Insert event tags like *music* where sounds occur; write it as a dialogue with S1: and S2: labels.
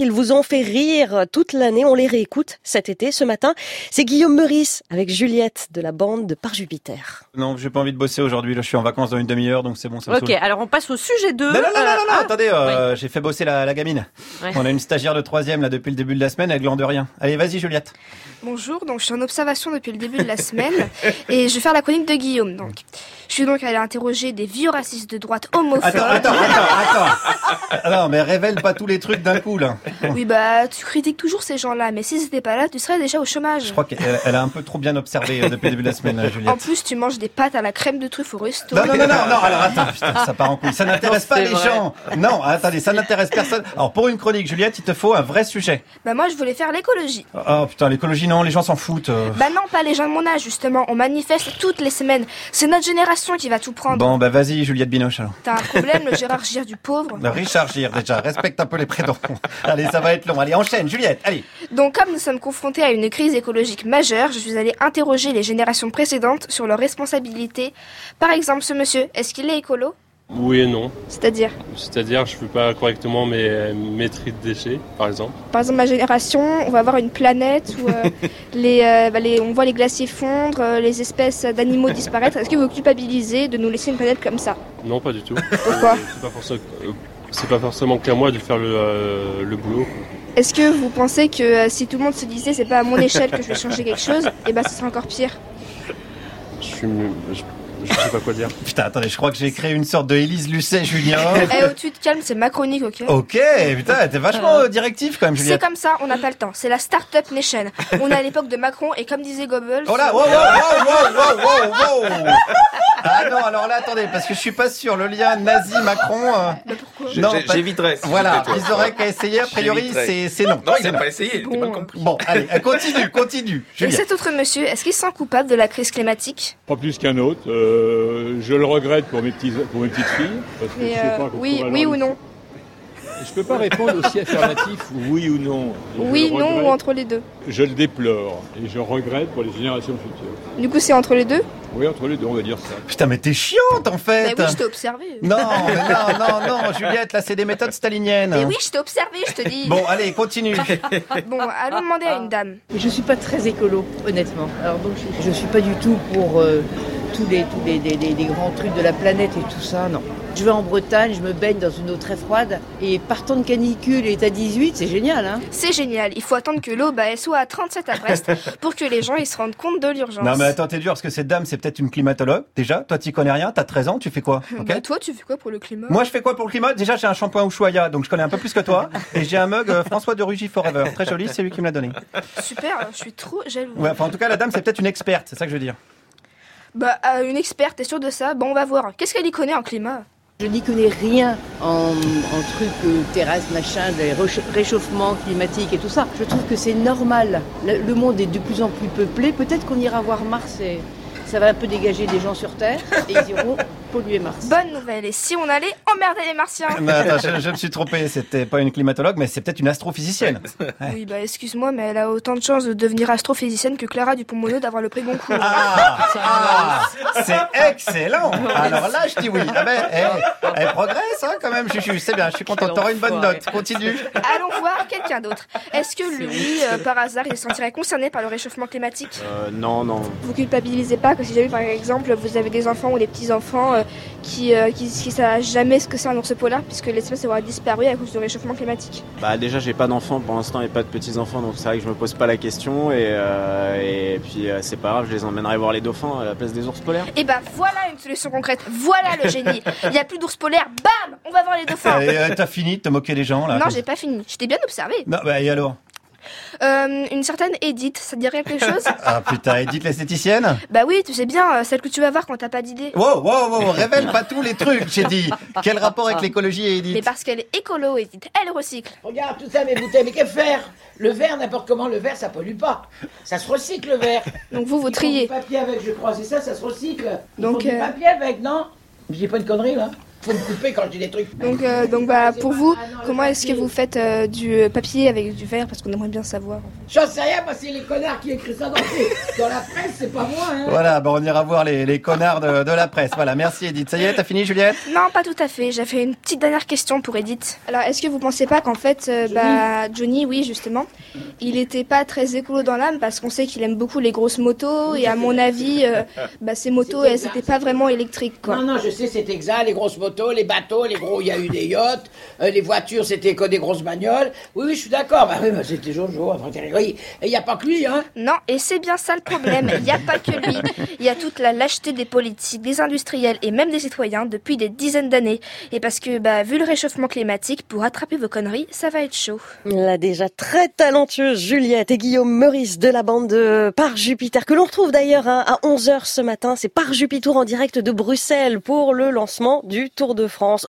S1: Ils vous ont fait rire toute l'année. On les réécoute cet été, ce matin. C'est Guillaume Meurice avec Juliette de la bande de Par Jupiter.
S2: Non, j'ai pas envie de bosser aujourd'hui. Là, je suis en vacances dans une demi-heure, donc c'est bon, ça me
S3: Ok,
S2: saoule.
S3: alors on passe au sujet 2.
S2: Non, non, non, non, non, attendez, euh, j'ai fait bosser la, la gamine.
S3: Ouais.
S2: On a une stagiaire de troisième là depuis le début de la semaine, elle glande rien. Allez, vas-y Juliette.
S4: Bonjour, donc je suis en observation depuis le début de la semaine et je vais faire la chronique de Guillaume. Donc, je suis donc allée interroger des vieux racistes de droite homophobes.
S2: Attends, attends, attends, attends. Non, mais révèle pas tous les trucs d'un coup là.
S4: Oui, bah, tu critiques toujours ces gens-là, mais si c'était pas là, tu serais déjà au chômage.
S2: Je crois qu'elle elle a un peu trop bien observé euh, depuis le début de la semaine, là,
S4: En
S2: Juliette.
S4: plus, tu manges des pâtes à la crème de truffe au resto.
S2: Non, non, non, non, non, alors attends, putain, ça part en couille. Ça n'intéresse pas
S3: c'est
S2: les
S3: vrai.
S2: gens. Non, attendez, ça n'intéresse personne. Alors pour une chronique, Juliette, il te faut un vrai sujet.
S4: Bah, moi, je voulais faire l'écologie.
S2: Oh putain, l'écologie, non, les gens s'en foutent. euh.
S4: Bah, non, pas les gens de mon âge, justement. On manifeste toutes les semaines. C'est notre génération qui va tout prendre.
S2: Bon, bah vas-y, Juliette Binoche, alors.
S4: T'as un problème, le Gérard Gire du pauvre.
S2: Richard Gir, déjà, respecte un peu les prénoms. *laughs* Allez, ça va être long. Allez, enchaîne, Juliette, allez.
S4: Donc, comme nous sommes confrontés à une crise écologique majeure, je suis allée interroger les générations précédentes sur leurs responsabilités. Par exemple, ce monsieur, est-ce qu'il est écolo
S5: Oui et non.
S4: C'est-à-dire
S5: C'est-à-dire, je ne fais pas correctement mes euh, mes tri de déchets, par exemple.
S4: Par exemple, ma génération, on va avoir une planète où euh, les, euh, bah, les- on voit les glaciers fondre, euh, les espèces d'animaux disparaître. Est-ce que vous culpabilisez de nous laisser une planète comme ça
S5: Non, pas du tout.
S4: *laughs* Pourquoi
S5: Euh, C'est pas forcément- euh, C'est pas forcément qu'à moi de faire le, euh, le boulot.
S4: Est-ce que vous pensez que euh, si tout le monde se disait c'est pas à mon échelle que je vais changer quelque chose, et ben ce serait encore pire
S5: Je suis. Je, je sais pas quoi dire.
S2: Putain, attendez, je crois que j'ai créé une sorte de Élise Lucet,
S4: *laughs*
S2: Julien.
S4: Eh, oh, tu te calmes, c'est ma chronique, ok
S2: ok, putain, t'es vachement euh, directif quand même,
S4: C'est
S2: Juliette.
S4: comme ça, on n'a pas le temps. C'est la Startup Nation. On est à l'époque de Macron et comme disait Goebbels. euh,
S2: Oh là, wow, wow, wow, wow, wow, wow. Ah non, alors là, attendez, parce que je suis pas sûr, le lien nazi-Macron. euh,
S4: Mais pourquoi
S2: Non,
S6: J'ai-
S2: pas-
S6: J'éviterai. si
S2: voilà,
S6: c'était toi.
S2: ils auraient qu'à essayer, a priori,
S6: J'éviterai.
S2: c'est c'est non.
S6: Non,
S2: c'est
S6: ils n'ont
S2: non.
S6: pas essayé. t'as
S4: Bon,
S6: pas
S4: euh,
S6: compris.
S2: Bon, allez, euh, continue, continue,
S4: Et
S2: Juliette.
S4: cet autre monsieur, est-ce qu'il se sent coupable de la crise climatique
S7: *laughs* Pas plus qu'un autre. Euh, je le regrette pour mes, petits, pour mes petites filles. Parce que je sais pas qu'on
S4: euh, oui,
S7: pourrait
S4: oui
S7: leur-
S4: ou non
S7: Je peux pas répondre aussi affirmatif, oui ou non. Je
S4: Oui,
S7: le
S4: non
S7: regrette.
S4: ou entre les deux
S7: Je le déplore et je regrette pour les générations futures.
S4: Du coup, c'est entre les deux
S7: Oui, entre les deux, on va dire ça.
S2: Putain, mais t'es chiante en
S4: Mais
S2: fait.
S4: Bah oui, je t'ai observé.
S2: Non, mais non, non, non, Juliette, là, c'est des méthodes staliniennes.
S4: Mais oui, je t'ai observé, je te dis. Ah,
S2: Bon, allez, continue.
S4: Bon, allons demander à une dame.
S8: Je suis pas très écolo, honnêtement. Alors donc je, je suis pas du tout pour euh, tous les tous les, les- les- les grands trucs de la planète et tout ça, non. Je vais en Bretagne, je me baigne dans une eau très froide et partant de canicule et à 18, c'est génial, hein.
S4: C'est génial, il faut attendre que l'eau bah, elle soit à 37 à Brest pour que les gens ils se rendent compte de l'urgence.
S2: Non, mais attends, t'es dur parce que cette dame, c'est peut-être une climatologue. Déjà, toi, t'y connais rien, t'as 13 ans, tu fais quoi ok
S4: Bah, toi, tu fais quoi pour le climat
S2: Moi, je fais quoi pour le climat Déjà, j'ai un shampoing Ushuaïa, donc je connais un peu plus que toi. Et j'ai un mug euh, François de Rugy Forever. Très joli, c'est lui qui me l'a donné.
S4: Super, je suis trop jaloux.
S2: Ouais, enfin, en tout cas, la dame, c'est peut-être une experte, c'est ça que je veux dire.
S4: Bah, euh, une experte, t'es sûre de ça Bon, on va voir. Qu'est-ce qu'elle y connaît en climat
S8: Je n'y connais rien en, en truc euh, terrasse, machin, des recha- réchauffements climatiques et tout ça. Je trouve que c'est normal. Le, le monde est de plus en plus peuplé. Peut-être qu'on ira voir Mars et ça va un peu dégager des gens sur Terre et ils iront polluer Mars.
S4: Bonne nouvelle, et si on allait emmerder les martiens
S2: Non, attends, je, je me suis trompé. C'était pas une climatologue, mais c'est peut-être une astrophysicienne.
S4: Oui, bah, excuse-moi, mais elle a autant de chances de devenir astrophysicienne que Clara Dupont-Mono d'avoir le prix Goncourt.
S2: *laughs* Ah, ah, c'est excellent. Alors là, je dis oui. Ah ben, eh, elle progresse hein, quand même, Juju. C'est bien, je suis content. T'auras une bonne note. Continue.
S4: Allons voir quelqu'un d'autre. Est-ce que lui, euh, par hasard, il se sentirait concerné par le réchauffement climatique
S9: Euh, non, non.
S4: Vous culpabilisez pas que si jamais, par exemple, vous avez des enfants ou des petits-enfants euh, qui ne qui, qui savent jamais ce que c'est un ours polaire, puisque l'espèce aura disparu à cause du réchauffement climatique.
S9: Bah déjà j'ai pas d'enfants pour l'instant et pas de petits enfants donc c'est vrai que je me pose pas la question et, euh, et puis euh, c'est pas grave je les emmènerai voir les dauphins à la place des ours polaires.
S4: Et ben voilà une solution concrète, voilà le génie. Il n'y a plus d'ours polaire, bam On va voir les dauphins
S2: Allez, euh, T'as fini de te moquer des gens là
S4: Non, j'ai pas fini, je t'ai bien observé.
S2: Non, bah et alors
S4: Euh, une certaine Edith, ça te dirait quelque chose
S2: Ah putain, Edith l'esthéticienne
S4: Bah oui, tu sais bien, euh, celle que tu vas voir quand t'as pas d'idée.
S2: Wow, wow, wow, révèle pas tous les trucs, j'ai dit. Quel rapport avec l'écologie,
S4: Mais
S2: Edith
S4: parce qu'elle est écolo, Edith, elle recycle.
S10: Regarde tout ça, mes bouteilles, mais qu'est-ce faire Le verre, n'importe comment, le verre, ça pollue pas. Ça se recycle, le verre.
S4: Donc vous, vous
S10: Ils font
S4: triez.
S10: Du papier avec, je crois, c'est ça, ça se recycle. Ils
S4: Donc,
S10: font du
S4: euh,
S10: papier avec, non Je dis pas une connerie, là. Faut me couper quand je dis des trucs. Ah,
S4: Donc, euh, donc bah, pour vous, comment est-ce que vous faites euh, du papier avec du verre Parce qu'on aimerait bien savoir.
S10: J'en sais rien, parce que c'est les connards qui écrivent ça dans, dans la presse, c'est pas moi. Hein.
S2: Voilà, bon, on ira voir les, les connards de, de la presse. Voilà, merci Edith. Ça y est, t'as fini Juliette
S3: Non, pas tout à fait. J'avais une petite dernière question pour Edith.
S4: Alors, est-ce que vous pensez pas qu'en fait, euh, bah, Johnny, oui, justement, il n'était pas très écolo dans l'âme parce qu'on sait qu'il aime beaucoup les grosses motos et à mon avis, euh, bah, ces motos,
S10: C'était
S4: elles
S10: ça,
S4: n'étaient pas vraiment électriques, quoi.
S10: Non, non, je sais, c'est exact. Les grosses motos, les bateaux, les gros, il y a eu des yachts, euh, les voitures, c'était que des grosses bagnoles. Oui, oui, je suis d'accord. Bah oui, bah, c'était Jojo, avant qu'elle- oui. Et il n'y a pas que lui, hein.
S3: Non, et c'est bien ça le problème. Il n'y a pas que lui. Il y a toute la lâcheté des politiques, des industriels et même des citoyens depuis des dizaines d'années. Et parce que, bah, vu le réchauffement climatique, pour attraper vos conneries, ça va être chaud.
S1: La déjà très talentueuse Juliette et Guillaume Meurice de la bande de Par Jupiter, que l'on retrouve d'ailleurs hein, à 11h ce matin. C'est Par Jupiter en direct de Bruxelles pour le lancement du Tour de France.